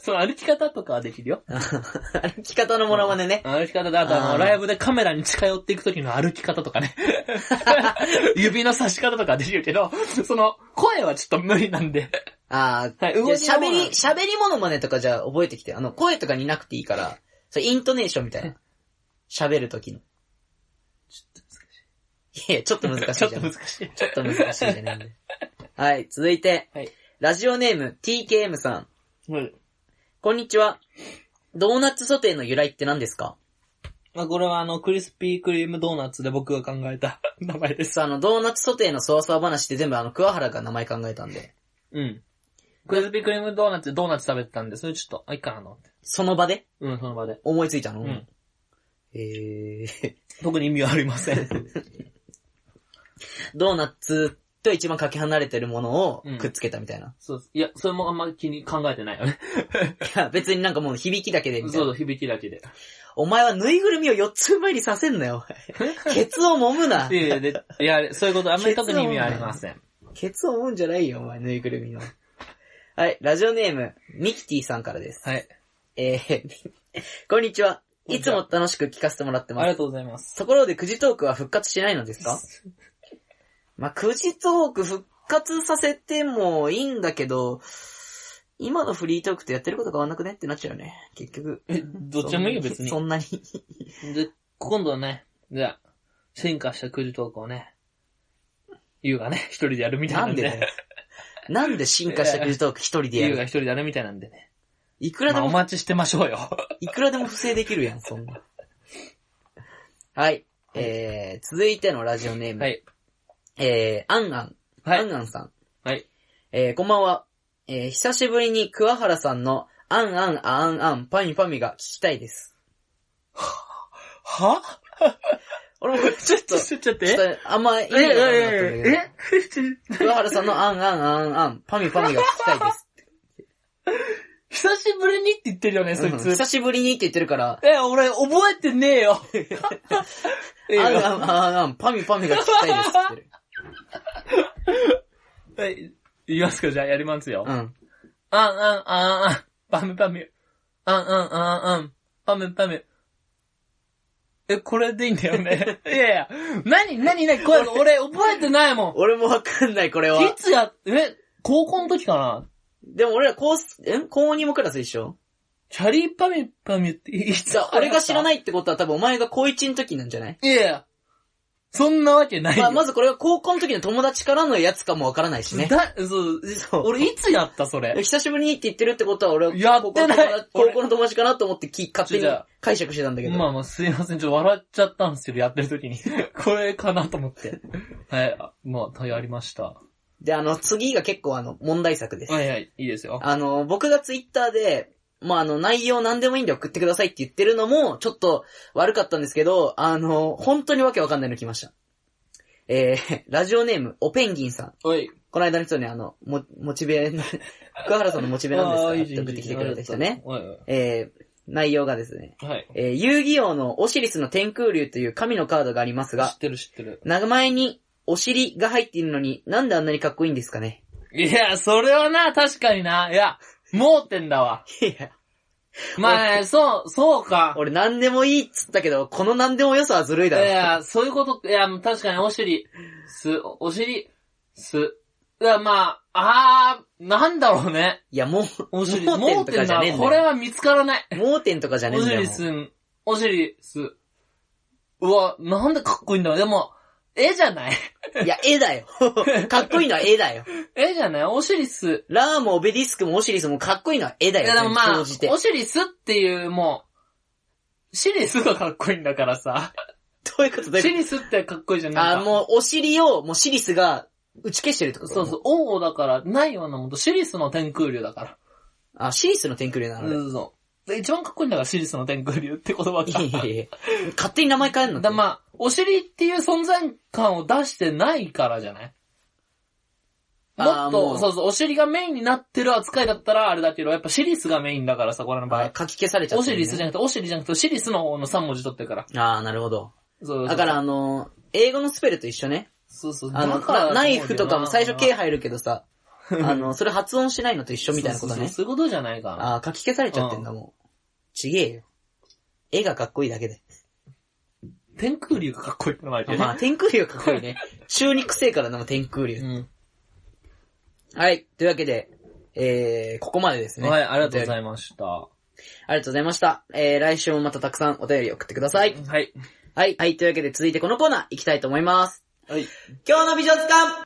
Speaker 2: その歩き方とかはできるよ。
Speaker 1: 歩き方のモノマネね。
Speaker 2: 歩き方だとあ
Speaker 1: あ
Speaker 2: の、
Speaker 1: ー
Speaker 2: ライブでカメラに近寄っていく時の歩き方とかね。 指の差し方とかはできるけど、その、声はちょっと無理なんで。
Speaker 1: ああ、
Speaker 2: はい
Speaker 1: じゃあ
Speaker 2: 動きの
Speaker 1: 喋り、喋りモノマネとかじゃあ覚えてきて。あの、声とかになくていいから、それイントネーションみたいな。喋るときの。いや、ちょっと難し
Speaker 2: ちょ
Speaker 1: い
Speaker 2: っ
Speaker 1: じゃ
Speaker 2: と
Speaker 1: ん。
Speaker 2: 難
Speaker 1: ち
Speaker 2: しい。
Speaker 1: ょっと難しいじゃないんで。はい、続いて、
Speaker 2: はい
Speaker 1: ラジオネーム TKM さん。
Speaker 2: うん
Speaker 1: こんにちは。ドーナツソテーの由来って何ですか
Speaker 2: まあ、これはあの、クリスピークリームドーナツで僕が考えた名前です。
Speaker 1: そう、あの、ドーナツソテーのそわそわ話って全部あの、桑原が名前考えたんで、
Speaker 2: うん。クリスピークリームドーナツでドーナツ食べてたんで、それちょっと、あ、いいかなと思って。
Speaker 1: その場で
Speaker 2: うん、その場で。
Speaker 1: 思いついたの、
Speaker 2: うん。
Speaker 1: えー、
Speaker 2: 特に意味はありません。
Speaker 1: ドーナツと一番かけ離れてるものを
Speaker 2: うん
Speaker 1: くっつけたみたいな。
Speaker 2: そうです。いや、それもあんま気に考えてないよね。
Speaker 1: いや、別になんかもう響きだけで
Speaker 2: そう
Speaker 1: みたい
Speaker 2: そ
Speaker 1: な。
Speaker 2: う、響きだけで。
Speaker 1: お前はぬいぐるみを4つ前にさせんなよ、お前ケツを揉むな。
Speaker 2: いやいや、でいや、そういうことあんまり特に意味はありません。
Speaker 1: ケツを揉むんじゃないよ、お前、ぬいぐるみの。はい、ラジオネーム、ミキティさんからです。
Speaker 2: はい。
Speaker 1: えー、 こんにちは。
Speaker 2: こん
Speaker 1: い
Speaker 2: にち
Speaker 1: つ
Speaker 2: は
Speaker 1: も楽しく聞かせてもらって
Speaker 2: あ
Speaker 1: ま
Speaker 2: り
Speaker 1: す。
Speaker 2: がとうございます。
Speaker 1: ところで、くじトークは復活しないのですかまあ、くじトーク復活させてもいいんだけど、今のフリートークとやってること変わんなくねってなっちゃうよね。結局。
Speaker 2: え、どっちでもいいよ、別に
Speaker 1: そ。 んなに。
Speaker 2: で、今度はね、じゃあ、進化したクジトークをね、ゆうがね、一人でやるみたい
Speaker 1: な
Speaker 2: なんん
Speaker 1: で
Speaker 2: で。
Speaker 1: だよ。 なんで進化したくじトーク一人でや
Speaker 2: ゆうが
Speaker 1: る
Speaker 2: 一人でやるみたいなんでね。
Speaker 1: いくらで
Speaker 2: まあお
Speaker 1: も、
Speaker 2: 待ちしてましょうよ。
Speaker 1: いくらでも不正できるやん、そんな。 はい。えー、続いてのラジオネーム。
Speaker 2: はい。
Speaker 1: えー、アンアン。
Speaker 2: はい
Speaker 1: アンアンさん。
Speaker 2: はい。
Speaker 1: えーこんばんは。えー久しぶりに桑原さんの、あんあんあんあん、パミパミが聞きたいです。
Speaker 2: は
Speaker 1: 俺もこれちょっと、ち
Speaker 2: ちょ、ちょっと、
Speaker 1: ょっ
Speaker 2: え
Speaker 1: とあんま意
Speaker 2: え、
Speaker 1: 味
Speaker 2: え
Speaker 1: がわかんなかったんだけ
Speaker 2: え
Speaker 1: ど、
Speaker 2: え
Speaker 1: 桑原さんのあんあんあんあん、パミパミが聞きたい です。
Speaker 2: 久しぶりにって言ってるよね、そい
Speaker 1: うん
Speaker 2: つ。
Speaker 1: 久しぶりにって言ってるから、
Speaker 2: え、俺、覚えてねえよ。いい
Speaker 1: あん
Speaker 2: よ
Speaker 1: あんあんあん、パミパミが聞きたいですって言って る。
Speaker 2: はい言いますか、じゃあやりますよ。
Speaker 1: う
Speaker 2: あん
Speaker 1: ん。
Speaker 2: あんあんあん、パムパム。あんあんあんあん、パムパム。え、これでいいんだよね。いやいや、なになになに、これ、俺、覚えてないも
Speaker 1: 俺もわかんない、これ
Speaker 2: ん。い
Speaker 1: は。
Speaker 2: つや、え、高校の時かな
Speaker 1: でも俺ら高す、ん高2もクラス一緒
Speaker 2: チャリパミパミっていつ。
Speaker 1: さあ、あれが知らないいってことは多分お前が高一の時なんじゃない
Speaker 2: いやいや、そんなわけないよ。
Speaker 1: まあ、まずこれが高校の時の友達からのやつかもわからないしね。
Speaker 2: だ、そう、
Speaker 1: そう
Speaker 2: 俺いつやったそれ。
Speaker 1: 久しぶりにって言ってるってことは俺は
Speaker 2: やってない
Speaker 1: 高校の友達高校の友達かなと思ってき勝手
Speaker 2: 違
Speaker 1: に
Speaker 2: う
Speaker 1: 解釈してたんだけど。
Speaker 2: まあまあすいません、ちょっと笑っちゃったんですけど、やってる時に。 これかなと思って。はい、あまあ、やりました。は
Speaker 1: で、あの、次が結構あの、問題作です。
Speaker 2: いはい、いいですよ。
Speaker 1: あの、僕がツイッターで、まあ、あの、内容何でもいいんで送ってくださいって言ってるのも、ちょっと悪かったんですけど、あの、本当にわけわかんないの来ました。えー、 ラジオネーム、おペンギンさん。
Speaker 2: おい。
Speaker 1: この間の人にあの、も、モチベ、 福原さんのモチベなんです
Speaker 2: あ
Speaker 1: が、
Speaker 2: あいい
Speaker 1: 送
Speaker 2: じゃん
Speaker 1: ってきてくれた人ね。。
Speaker 2: いいじゃんはい
Speaker 1: えー、内容がですね、
Speaker 2: はい。はい
Speaker 1: えー、遊戯王のオシリスの天空竜という神のカードがあります
Speaker 2: 知
Speaker 1: が
Speaker 2: っ、てる知ってる。
Speaker 1: 名前にお尻が入っているのになんであんなにかっこいいんですかね
Speaker 2: いや、それはな、確かにな。いや、盲点だわ。
Speaker 1: いや、
Speaker 2: まあね、そう、そうか。
Speaker 1: 俺何でもいいっつったけど、この何でも良さはずるい
Speaker 2: い
Speaker 1: だろ。
Speaker 2: や、そういうこと、いや、確かにお尻、す、お尻、す。いや、まあ、あー、なんだろうね。
Speaker 1: いや、もう、
Speaker 2: お尻、
Speaker 1: 盲点
Speaker 2: 盲
Speaker 1: とか
Speaker 2: 点
Speaker 1: じゃ
Speaker 2: だ
Speaker 1: ねえん
Speaker 2: わ。
Speaker 1: だよ
Speaker 2: これは見つからない。
Speaker 1: 盲点とかじゃねえ
Speaker 2: お
Speaker 1: んだよ。
Speaker 2: 尻すん、お尻す。うわ、なんでかっこいいんだろう。でも、絵じゃない
Speaker 1: もういや、絵 だよ。かっこいいのは絵だよ。
Speaker 2: 絵じゃないお尻す。
Speaker 1: ラーもオベリスクもオシリスもかっこいいのは絵だ
Speaker 2: い
Speaker 1: よ。
Speaker 2: やでもまあ、
Speaker 1: 総じて
Speaker 2: お。尻すっていう、もう、シリスがかっこいいんだからさ。
Speaker 1: どういうことだ
Speaker 2: シ
Speaker 1: よ。
Speaker 2: リスってかっこいいじゃんない
Speaker 1: あ、もう、お尻を、もうシリスが打ち消してるってこと
Speaker 2: そうそう、王だから、ないようなもんと、シリスの天空竜だから。
Speaker 1: あ、シリスの天空竜な
Speaker 2: そ
Speaker 1: の
Speaker 2: う
Speaker 1: ね
Speaker 2: そうそうで一番かっこいいんだから、シリスの天空竜って言葉
Speaker 1: いやいや
Speaker 2: が。
Speaker 1: いや勝手に名前変えんの
Speaker 2: だまあ、お尻っていう存在感を出してないからじゃないも
Speaker 1: あ
Speaker 2: っ
Speaker 1: ー
Speaker 2: と
Speaker 1: もう
Speaker 2: そうそう、お尻がメインになってる扱いだったらあれだけど、やっぱシリスがメインだからさ、これの場
Speaker 1: あ
Speaker 2: 合。
Speaker 1: 書き消されちゃ
Speaker 2: お
Speaker 1: った、
Speaker 2: 尻スじゃなくて、お尻じゃなくて、シリスの方の3文字取ってるから。
Speaker 1: ああ、なるほど。
Speaker 2: そうそう
Speaker 1: だから、あのー、英語のスペルと一緒ね。
Speaker 2: そうそう。
Speaker 1: あの、
Speaker 2: だから
Speaker 1: なナイフとかも最初 K 入るけどさ、
Speaker 2: うん
Speaker 1: あの、それ発音しないのと一緒みたいなこと
Speaker 2: そうそう
Speaker 1: ね。
Speaker 2: そうそういうことじゃないかな。
Speaker 1: ああ、書き消されちゃってんだもん。ちげえよ。絵がかっこいいだけで。
Speaker 2: 天空竜がかっこいいってのもあるけどね
Speaker 1: まあ、天空竜かっこいい ね。中肉性からな、天空
Speaker 2: う
Speaker 1: 竜。
Speaker 2: ん。
Speaker 1: はい。というわけで、えー、ここまでですね。
Speaker 2: はい、ありがとうござ
Speaker 1: いま
Speaker 2: いました。は
Speaker 1: す。ありがとうございました。えー、来週もまたたくさんお便り送ってください。
Speaker 2: い。
Speaker 1: はい。はい。というわけで続いてこのコーナー行きたいと思います。
Speaker 2: はい。
Speaker 1: 今日の美女図鑑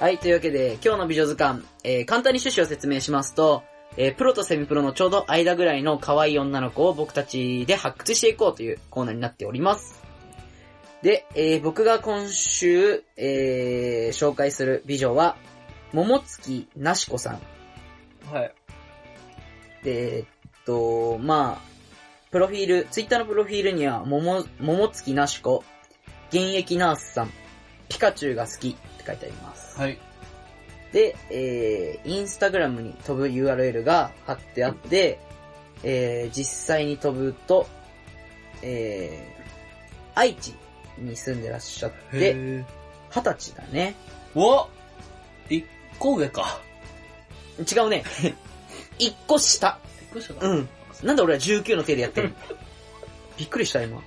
Speaker 1: はい、というわけで、今日の美女図鑑、えー簡単に趣旨を説明しますと、えープロとセミプロのちょうど間ぐらいの可愛い女の子を僕たちで発掘していこうというコーナーになっております。で、えー僕が今週、えー紹介する美女は、桃月なしこさん。
Speaker 2: はい。
Speaker 1: で、えーっと、まあ、プロフィール、ツイッターのプロフィールには、桃、桃月なしこ、現役ナースさん、ピカチュウが好きって書いてあります。
Speaker 2: はい。
Speaker 1: で、えー、インスタグラムに飛ぶ URL が貼ってあって、えー、実際に飛ぶと、えー、愛知に住んでらっしゃって、
Speaker 2: で、
Speaker 1: 二十歳だね。
Speaker 2: お一個上か。
Speaker 1: 違うね。 一個下。
Speaker 2: びっくりしたか。
Speaker 1: うん。なんで俺は19の手でやってるのびっくりした今。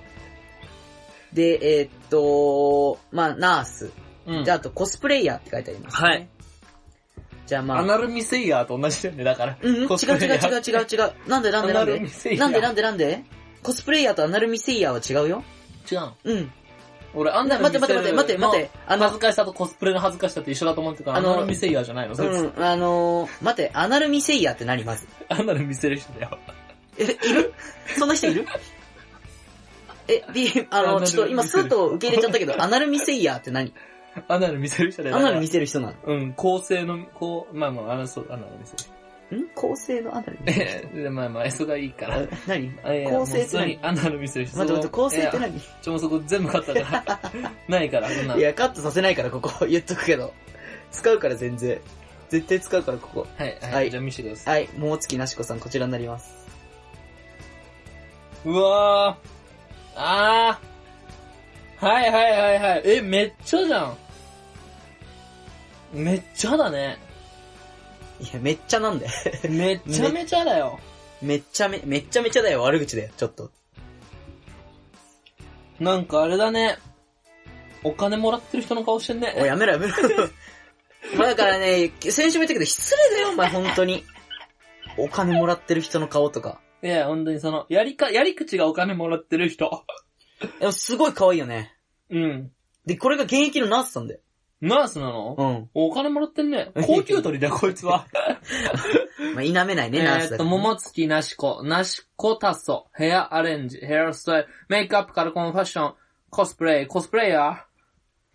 Speaker 1: で、えー、っと、まあ、ナース。
Speaker 2: うん
Speaker 1: で、あとコスプレイヤーって書いてあります、ね。
Speaker 2: はい。
Speaker 1: じゃあま
Speaker 2: ア
Speaker 1: あ、
Speaker 2: ナルミセイヤーと同じだよね、だから。
Speaker 1: うん、違う違う
Speaker 2: コスプレイヤー
Speaker 1: 違う違う違う。なんでなんでなん
Speaker 2: アナル
Speaker 1: で
Speaker 2: ミセイヤ
Speaker 1: な
Speaker 2: ー
Speaker 1: んでなんでなんでコスプレイヤーとアナルミセイヤーは違うよ
Speaker 2: 違うの
Speaker 1: うん。
Speaker 2: 俺、アン
Speaker 1: 待
Speaker 2: ダ
Speaker 1: っ
Speaker 2: ルミ
Speaker 1: て待って待って待って待って。あ
Speaker 2: 恥ず
Speaker 1: の、
Speaker 2: かしさとコスプレの恥ずかしさって一緒だと思ってたから、
Speaker 1: あ
Speaker 2: ア
Speaker 1: の
Speaker 2: ナルミセイヤーじゃないのそいつ
Speaker 1: うん、あのー、待って、アナルミセイヤーって何まず。
Speaker 2: アナルミセイヤーだよ。
Speaker 1: え、い るそんな人いるえ、び、あ
Speaker 2: アナル
Speaker 1: の、
Speaker 2: ミ
Speaker 1: ちょっと今スーッと受け入れちゃったけ ど、アナルミセイヤーって何
Speaker 2: アナルミセイヤーだよ。
Speaker 1: アナル見せる人なの
Speaker 2: うん、構成の、こう、まあまあ、あの、そう、アナルミセ
Speaker 1: ん構成のアナル見
Speaker 2: イ
Speaker 1: せる
Speaker 2: ヤー。でまあまあ、S がいいか
Speaker 1: 人あ
Speaker 2: ら。
Speaker 1: 何
Speaker 2: あいやいや
Speaker 1: 構成って何
Speaker 2: もう普通にアナルミセイヤー。
Speaker 1: 待って待って、構成って
Speaker 2: いや
Speaker 1: 何い
Speaker 2: ちょ、もうそこ全部買った から。ないから、そんな
Speaker 1: や。カットさせないからここ、 言っとくけど。使うから全然。絶対使うからここ。
Speaker 2: はい、
Speaker 1: は
Speaker 2: はいい、じゃあ見せてください。
Speaker 1: はい、桃月なしこさん、こちらになります。
Speaker 2: うわー。あー。はいはいはいはい。え、めっちゃじゃん。めっちゃだね。
Speaker 1: いや、めっちゃなんだよ。
Speaker 2: めっちゃめちゃだよ。
Speaker 1: めっちゃめ、めっちゃめちゃだよ、悪口だよ、ちょっと。
Speaker 2: なんかあれだね。お金もらってる人の顔してんね。
Speaker 1: おい、やめろやめろ。 まあだからね、先週も言ったけど、失礼だよ、お前、本当に。お金もらってる人の顔とか。
Speaker 2: いや、本当にその、やりか、やり口がお金もらってる人。
Speaker 1: でもすごい可愛いよね。
Speaker 2: うん。
Speaker 1: で、これが現役のナースさんだよ。
Speaker 2: ナースなの、
Speaker 1: うん。
Speaker 2: お金もらってん ね。高級鳥だよ、こいつは。
Speaker 1: まあ、否めないね、ナー
Speaker 2: え
Speaker 1: ス
Speaker 2: ーっ
Speaker 1: だからね
Speaker 2: と、桃月なしこ、なしこたそ、ヘアアレンジ、ヘアスタイル、メイクアップ、カルコン、ファッション、コスプレイ、コスプレイヤー、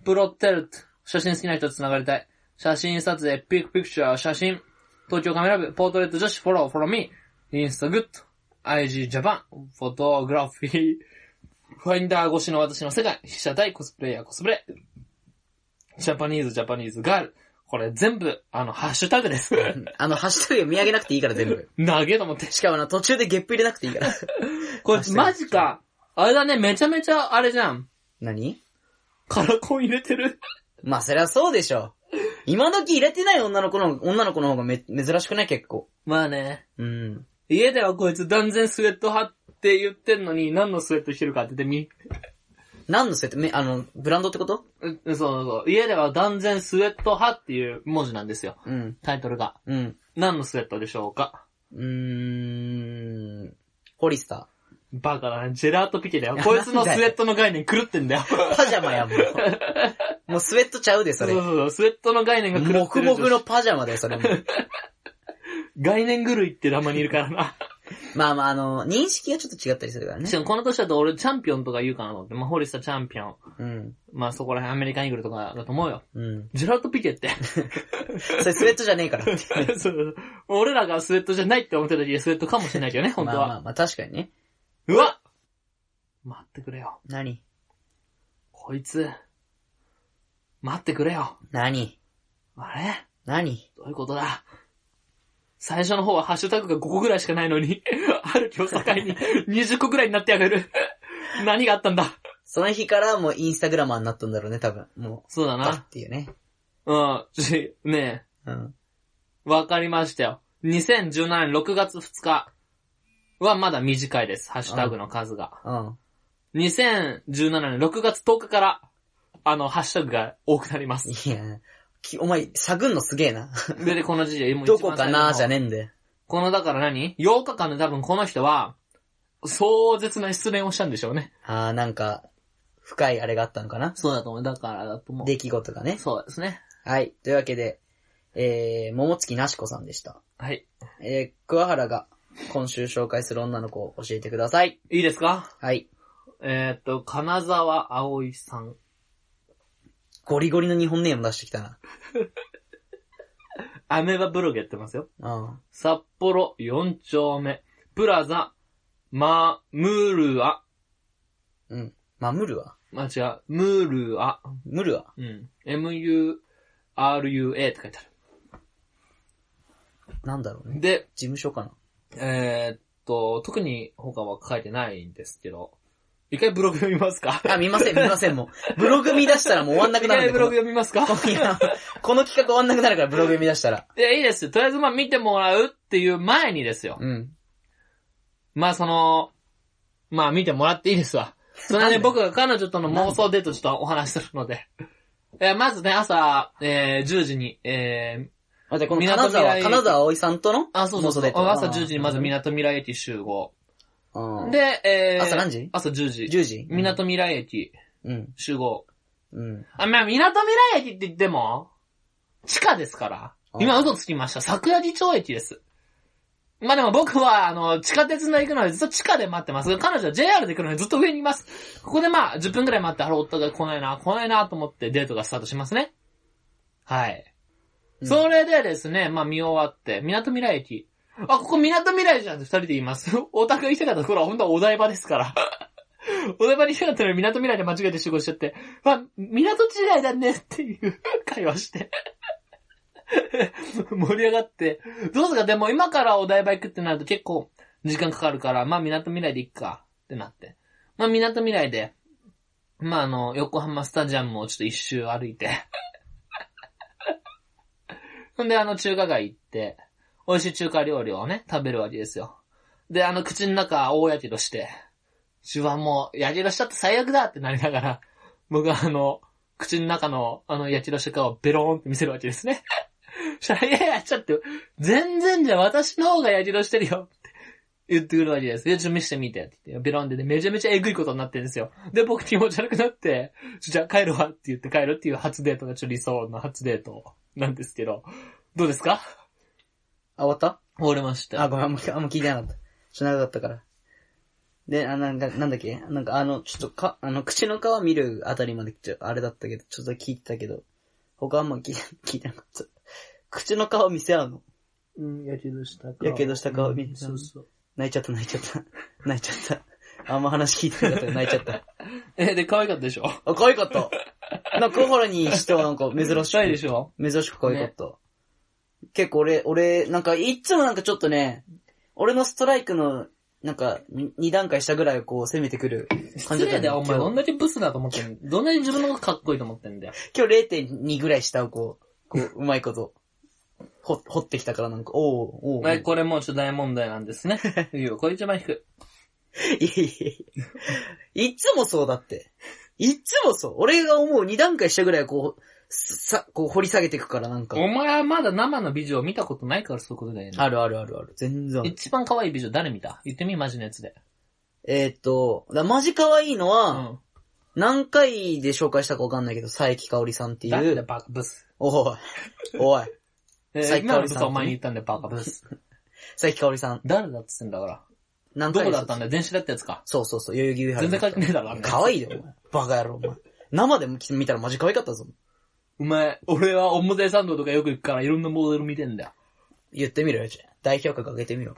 Speaker 2: プロテルト、写真好きな人と繋がりたい、写真撮影、ピックピクチャー、写真、東京カメラ部、ポートレート女子、フォロー、フォローミー、インスタグッド、IG ジャパン、フォトグラフィー、ファインダー越しの私の世界、被写体、コスプレイヤー、コスプレ、ジャパニーズ、ジャパニーズ、ガール、これ全部、あの、ハッシュタグです。
Speaker 1: あの、ハッシュタグ見上げなくていいから、全部。
Speaker 2: 投げと思って。
Speaker 1: しかもな、途中でゲップ入れなくていいから。
Speaker 2: これマジか。あれだね、めちゃめちゃあれじゃん。
Speaker 1: 何
Speaker 2: カラコン入れてる。
Speaker 1: まあ、そりゃそうでしょ。今時入れてない女の子の、女の子の方がめ、珍しくない結構。
Speaker 2: まあね。
Speaker 1: うん。
Speaker 2: 家ではこいつ断然スウェット派って言ってんのに、何のスウェットしてるか当ててみ。
Speaker 1: 何の説明、あの、ブランドってこと
Speaker 2: うそうそう。家では断然スウェット派っていう文字なんですよ。
Speaker 1: うん。
Speaker 2: タイトルが。
Speaker 1: うん。
Speaker 2: 何のスウェットでしょうか
Speaker 1: うーん。ホリスタ
Speaker 2: バカだね。ジェラートピケだよ。こいつのスウェットの概念狂ってんだよ。
Speaker 1: ー。パジャマ やもう。もうスウェットちゃうで、そ
Speaker 2: そう
Speaker 1: れ
Speaker 2: そう。そう。スウェットの概念が狂ってる。
Speaker 1: もふもふの。パジャマだよ、それも。
Speaker 2: 概念狂いって たまにいるからな。
Speaker 1: まあまあ、あの、認識がちょっと違ったりするからね
Speaker 2: し。かもこの年だと俺チャンピオンとか言うかなと思って。まあ、ホリスタチャンピオン。
Speaker 1: うん。
Speaker 2: まあそこら辺アメリカンイーグルとかだと思うよ。
Speaker 1: うん。
Speaker 2: ジェラートピケって。
Speaker 1: それスウェットじゃねえから。
Speaker 2: そう俺らがスウェットじゃないって思ってた時スウェットかもしれないけどね、 本当は。
Speaker 1: まあまあまあ、確かにね。
Speaker 2: うわ待ってくれよ。
Speaker 1: 何
Speaker 2: こいつ。待ってくれよ。
Speaker 1: 何
Speaker 2: あれ
Speaker 1: 何
Speaker 2: どういうことだ最初の方はハッシュタグが5個ぐらいしかないのに、 ある日を境に20個ぐらいになってやがる。何があったんだ
Speaker 1: その日からもうインスタグラマーになったんだろうね、多分。も
Speaker 2: そうだ
Speaker 1: う、あ
Speaker 2: な。
Speaker 1: っていうね。
Speaker 2: うん。しね
Speaker 1: うん。
Speaker 2: え、わかりましたよ。2017年6月2日はまだ短いです。ハッシュタグの数が。
Speaker 1: うん。
Speaker 2: 2017年6月10日から、あの、ハッシュタグが多くなり ます。
Speaker 1: いや、きお前、探んのすげえな。
Speaker 2: で、この時点でもう一
Speaker 1: ど
Speaker 2: 番
Speaker 1: こか
Speaker 2: 最後
Speaker 1: な
Speaker 2: の
Speaker 1: ーじゃねえんだよ。
Speaker 2: このだから何 ?8 日間で多分この人は、壮絶な失恋をしたんでしょうね。
Speaker 1: あー、なんか、深いあれがあったのかな
Speaker 2: そうだと思う。だからだと思う。
Speaker 1: 出来事がね。
Speaker 2: そうですね。
Speaker 1: はい。というわけで、えー、桃月なしこさんでした。
Speaker 2: はい。
Speaker 1: えー、桑原が今週紹介する女の子を教えてください。
Speaker 2: いいですか
Speaker 1: はい。
Speaker 2: えー、っと、金沢葵さん。
Speaker 1: ゴリゴリの日本ネーム出してきたな。
Speaker 2: アメバブログやってますよ。
Speaker 1: うん。
Speaker 2: 札幌4丁目。プラザ、マムルア。
Speaker 1: うん。まあ、ムルア
Speaker 2: 間違う。ムルア。
Speaker 1: ムルア
Speaker 2: うん。MURUA って書いてあ
Speaker 1: なんだろうね。
Speaker 2: る。で、
Speaker 1: 事務所かな
Speaker 2: えーっと、特に他は書いてないんですけど、一回ブログ読みますか
Speaker 1: あ、見ません、見ません、もう。ブログ見出したらもう終わんなく
Speaker 2: 一
Speaker 1: なる
Speaker 2: 回
Speaker 1: ん
Speaker 2: ブ
Speaker 1: で。
Speaker 2: ログ読みますか
Speaker 1: このいやこの企画終わんなくなるから、ブログ読み出したら。
Speaker 2: いや、いいですよ。とりあえずまあ見てもらうっていう前にですよ。
Speaker 1: うん。
Speaker 2: まあその、まあ見てもらっていいですわ。それ
Speaker 1: なん
Speaker 2: ね、
Speaker 1: で
Speaker 2: 僕が彼女との妄想デートちょっとお話しするので。えーまずね、朝、えー10時に、えー
Speaker 1: 待って、この
Speaker 2: 港
Speaker 1: 金
Speaker 2: 未来
Speaker 1: 沢、金沢葵さんとの
Speaker 2: あ、そうそうそう
Speaker 1: 妄想デート
Speaker 2: 朝10時にまず港未来駅集合。
Speaker 1: うん。
Speaker 2: で、えー
Speaker 1: 朝何時
Speaker 2: 朝10時。
Speaker 1: 10時。
Speaker 2: 港未来駅
Speaker 1: うん。
Speaker 2: 集合。
Speaker 1: うん。
Speaker 2: あ、まあ、港未来駅って言っても、地下ですから。今
Speaker 1: あ
Speaker 2: 嘘つきました。桜木町駅です。まあでも僕は、あの、地下鉄で行くのでずっと地下で待ってます。彼女は JR で来るのでずっと上にいます。ここでまあ、10分くらい待って、あれ、夫が来ないな、来ないなと思ってデートがスタートしますね。はい。
Speaker 1: うん
Speaker 2: それでですね、まあ見終わって、港未来駅。あ、ここ港未来じゃんって二人で言います。 お宅行きたかったところは本当はお台場ですから。 お台場に行きたかったのに港未来で間違えて集合しちゃって、あ、港違いだねっていう会話して。 盛り上がって。どうですかでも今からお台場行くってなると結構時間かかるから、まあ港未来で行くかってなって。まあ港未来で、まああの、横浜スタジアムをちょっと一周歩いて。ほんであの中華街行って、美味しい中華料理をね、食べるわけですよ。で、あの、口の中、大やけどして、手腕もう、やけどしちゃって最悪だってなりながら、僕はあの、口の中の、あの、やけどした顔をベローンって見せるわけですね。そしたら、いやいや、ちょっと、全然じゃ私の方がやけどしてるよって言ってくるわけです。いや、ちょっと見せてみてって言って、ベロンでね、めちゃめちゃえぐいことになってるんですよ。で、僕気持ち悪くなって、じゃあ帰るわって言って帰るっていう初デートがちょっと理想の初デートなんですけど、どうですか
Speaker 1: あ、終わった
Speaker 2: 終わりました。
Speaker 1: あ、ごめん、あんまあんま聞いてなかった。しなかったから。で、あ、なんか、なんだっけなんかあの、ちょっとか、あの、口の皮見るあたりまで、ちょ、あれだったけど、ちょっと聞いてたけど、他あんま聞いて 聞いてなかった。口の皮見せ合うの
Speaker 2: うん、やけどした
Speaker 1: やけどした顔見てた
Speaker 2: そうそう。
Speaker 1: 泣いちゃった泣いちゃった。泣いちゃった。あんま話聞いてなかったから泣いちゃった。
Speaker 2: え、で、可愛かったでしょ
Speaker 1: あ、可愛かった。なんか、小原にしてはなんか珍し
Speaker 2: 可愛いで
Speaker 1: く、
Speaker 2: しょ
Speaker 1: 珍しく可愛かった。結構俺、俺、なんか、いつもなんかちょっとね、俺のストライクの、なんか、に二段階下ぐらいをこう攻めてくる感じだ
Speaker 2: 失
Speaker 1: った
Speaker 2: 礼
Speaker 1: ん
Speaker 2: だよ、お前。どん
Speaker 1: 今
Speaker 2: だけブスだと思ってんのどんなに自分のことかっこいいと思ってん だよ。
Speaker 1: 日今日0.2ぐらい下をこう、こう、うまいこと、ほ、掘ってきたからなんか、おうおうおう
Speaker 2: はい、これもうちょっと大問題なん ですね。いいよ、これ一番低い。
Speaker 1: いやいやいや。いつもそうだって。いつもそう。俺が思う二段階下ぐらいこう、さ、こう掘り下げていくからなんか。
Speaker 2: お前はまだ生の美女を見たことないからそういうことだよね。
Speaker 1: あるあるあるある。全然ある。
Speaker 2: 一番可愛い美女誰見た言ってみ、マジのやつで。
Speaker 1: えーっと、だマジ可愛いの
Speaker 2: う
Speaker 1: は、。何回で紹介したかわかんないけど、佐伯香織さんってい
Speaker 2: だって
Speaker 1: う、
Speaker 2: バカブス。
Speaker 1: おい、おい、
Speaker 2: え
Speaker 1: 最高
Speaker 2: ー、今のこ
Speaker 1: さん
Speaker 2: そお前に言ったんだよ、バカブス。
Speaker 1: 佐伯香織さん。
Speaker 2: 誰だっつってんだから。
Speaker 1: 何
Speaker 2: ど
Speaker 1: 回
Speaker 2: こ
Speaker 1: で
Speaker 2: だったんだよ、電子だったやつか。
Speaker 1: そうそうそう、代々木上原。
Speaker 2: 全然書いてねえだろ、あんなやつ
Speaker 1: 可愛いよ、お前。バカ野郎、お前。生で見たらマジ可愛かったぞ。
Speaker 2: お前、俺は表参道とかよく行くからいろんなモデル見てんだよ。
Speaker 1: 言ってみろよ、じゃあ。代表格上げてみろ。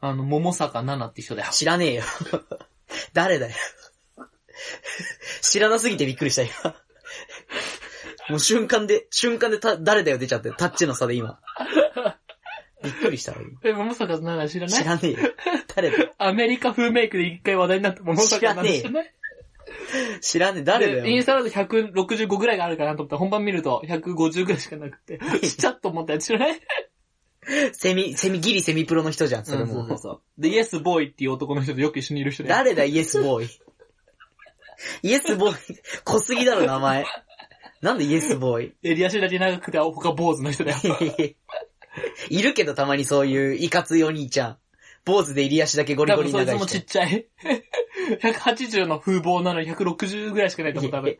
Speaker 2: あの、桃坂奈々って人だよ。
Speaker 1: 知らねえよ。 誰だよ。知らなすぎてびっくりした、今。もう瞬間で、瞬間でた、誰だよ出ちゃって、タッチの差で今。びっくりしたわ、今。
Speaker 2: え、桃坂奈々知らない
Speaker 1: 知らねえよ。誰だよ。
Speaker 2: アメリカ風メイクで一回話題になった桃坂奈々知らない
Speaker 1: 知らねえ、誰だ
Speaker 2: でイン
Speaker 1: よ。
Speaker 2: スタだと165ぐらいがあるかなと思ったら本番見ると150ぐらいしかなく て、ちっちゃっと思ったやつ知らない
Speaker 1: セミ、セミ、ギリセミプロの人じゃん、それ
Speaker 2: うんそう
Speaker 1: も。
Speaker 2: そうで、イエスボーイっていう男の人とよく一緒にいる人だよ。
Speaker 1: 誰だ、イエスボーイ。イエスボーイ、濃すぎだろ、名前。なんでイエスボーイ。
Speaker 2: 襟足だけ長くて他坊主の 人だよ。
Speaker 1: いるけど、たまにそういう、いかついお兄ちゃん。坊主で襟足だけゴリ
Speaker 2: 多
Speaker 1: ゴリ
Speaker 2: 分そ
Speaker 1: 長
Speaker 2: い
Speaker 1: い
Speaker 2: つ
Speaker 1: 人。
Speaker 2: もちっちゃい。180の風貌なのに160ぐらいしかないと思う、多分。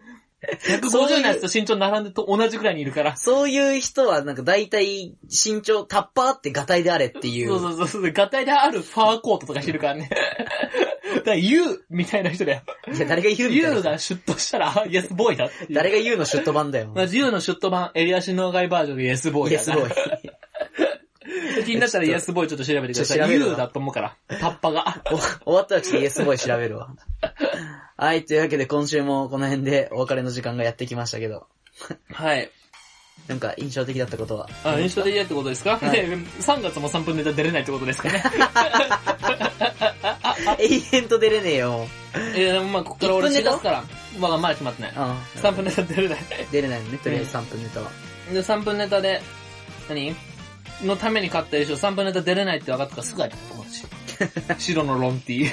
Speaker 2: 150のやつと身長並んでと同じぐらいにいるから。
Speaker 1: そういう人は、なんか大体、身長、タッパーってガタイであれっていう。
Speaker 2: そうそうそうそう。合体であるファーコートとかしてるか らね。だから、ユーみたいな人だよ。
Speaker 1: いや、誰が言うみ
Speaker 2: ユ
Speaker 1: た
Speaker 2: ー
Speaker 1: いな。
Speaker 2: がシュッとしたら、あ イエスボーイだっていう。
Speaker 1: 誰が言うのシュット版だよ。
Speaker 2: まずユーのシュッと版、襟足の外バージョンでイエスボーイ
Speaker 1: いや、
Speaker 2: だ
Speaker 1: す
Speaker 2: から
Speaker 1: ごい。
Speaker 2: 気になったらイエスボーイちょっと調べてください。
Speaker 1: ちょっと調べるわ
Speaker 2: ユーだと思うから。タッパが。
Speaker 1: お終わったらちょっとイエスボーイ調べるわ。はい、というわけで今週もこの辺でお別れの時間がやってきましたけど、
Speaker 2: はい。
Speaker 1: なんか印象的だったことは。
Speaker 2: あ、印象的だってことですか、
Speaker 1: はい
Speaker 2: で、3月も3分ネタ出れないってことで すかね。
Speaker 1: 永遠と出れねえよ。
Speaker 2: いや、まあここから俺
Speaker 1: 1分
Speaker 2: 4
Speaker 1: ネタ
Speaker 2: 月から。まあ、まだ決まってない。
Speaker 1: う
Speaker 2: 3分ネタ出れない。
Speaker 1: ん。出れないのね、とりあえず3分ネタは。
Speaker 2: で、3分ネタで、何のために買った衣装、3分ネタ出れないって分かったからすぐやったと思うし。 白のロンティー。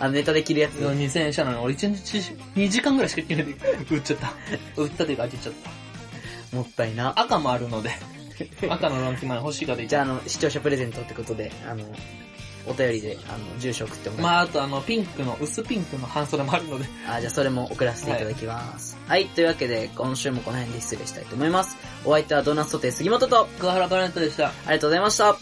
Speaker 1: あの、ネタで着るやつ。
Speaker 2: 2000円したのに、俺1日2時間ぐらいしか着ないで、売っちゃった。売ったというか、開けちゃっ
Speaker 1: もったいな。
Speaker 2: た。赤もあるの で、赤のロンティーまで欲しい方い
Speaker 1: じ
Speaker 2: た
Speaker 1: ゃあ、
Speaker 2: ら
Speaker 1: あの、視聴者プレゼントってことで、あの、お便りで、あの、住所送ってもらって
Speaker 2: まあ、あとあの、ピンクの、薄ピンクの半袖もあるので、
Speaker 1: あ、じゃあそれも送らせていただきます。はい、というわけで今週もこの辺で失礼したいと思います。お相手はドーナツソテー杉本と、
Speaker 2: 桑原カレントでした。
Speaker 1: ありがとうございました。